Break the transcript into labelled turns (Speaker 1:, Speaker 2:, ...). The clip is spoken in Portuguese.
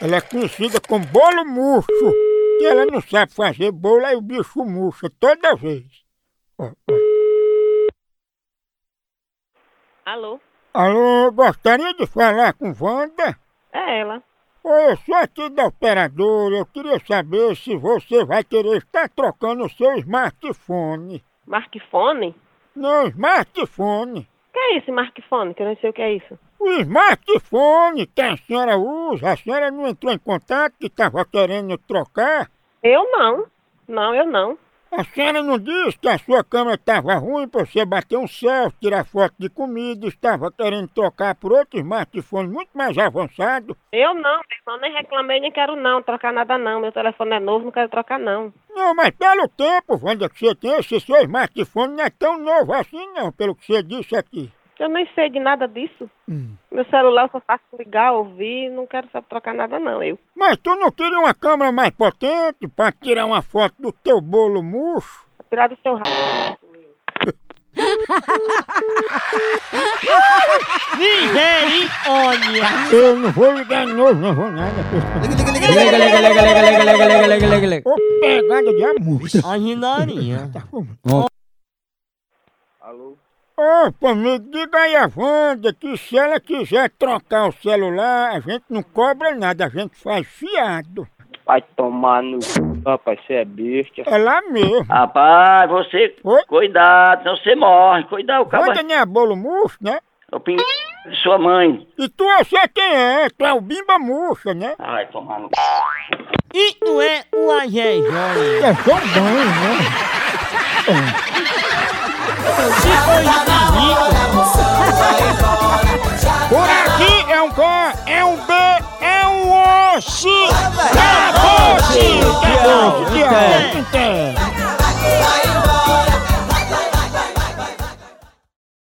Speaker 1: Ela é conhecida como bolo murcho, que ela não sabe fazer bolo, aí o bicho murcha toda vez. Ó, ó.
Speaker 2: Alô?
Speaker 1: Alô, gostaria de falar com Wanda?
Speaker 2: É ela.
Speaker 1: Oi, eu sou aqui da operadora, eu queria saber se você vai querer estar trocando o seu smartphone.
Speaker 2: Marquifone?
Speaker 1: Não, smartphone.
Speaker 2: Que é isso, marquifone? Que eu não sei o que é isso.
Speaker 1: O smartphone que a senhora usa, a senhora não entrou em contato que estava querendo trocar?
Speaker 2: Eu não. Não, eu não.
Speaker 1: A senhora não disse que a sua câmera estava ruim para você bater um selfie, tirar foto de comida, estava querendo trocar por outro smartphone muito mais avançado?
Speaker 2: Eu não, meu irmão. Nem reclamei, nem quero não trocar nada não. Meu telefone é novo, não quero trocar não.
Speaker 1: Não, mas pelo tempo, Wanda, que você tem, esse seu smartphone não é tão novo assim não, pelo que você disse aqui.
Speaker 2: Eu nem sei de nada disso. Meu celular eu só faço ligar, ouvir, não quero só trocar nada não, eu.
Speaker 1: Mas tu não queria uma câmera mais potente para tirar uma foto do teu bolo murcho?
Speaker 2: Tirar do seu rabo.
Speaker 3: Misericórdia!
Speaker 1: Eu não vou ligar de novo, não vou nada.
Speaker 4: Lega, lega, lega, lega, lega, lega, lega, lega, lega, lega.
Speaker 1: Ô, pegada de amor.
Speaker 3: A ginarinha.
Speaker 1: Tá como?
Speaker 5: Alô?
Speaker 1: Opa, me diga aí a Wanda que se ela quiser trocar o celular, a gente não cobra nada, a gente faz fiado.
Speaker 5: Vai tomar no cu, rapaz, você é besta.
Speaker 1: É lá mesmo.
Speaker 6: Rapaz, você.
Speaker 1: Oi?
Speaker 6: Cuidado, senão você morre. Cuidado,
Speaker 1: Wanda
Speaker 6: cara.
Speaker 1: não é bolo murcho, né?
Speaker 6: Eu pin... de sua mãe.
Speaker 1: E tu eu sei quem é, tu é o bimba murcha, né?
Speaker 6: Ai, tomar no c.
Speaker 3: E tu é o Ajejóia.
Speaker 1: É tão bom, né? Por aqui é um K, é um B, é um O, X, é Bote! É Bote, é Bote, é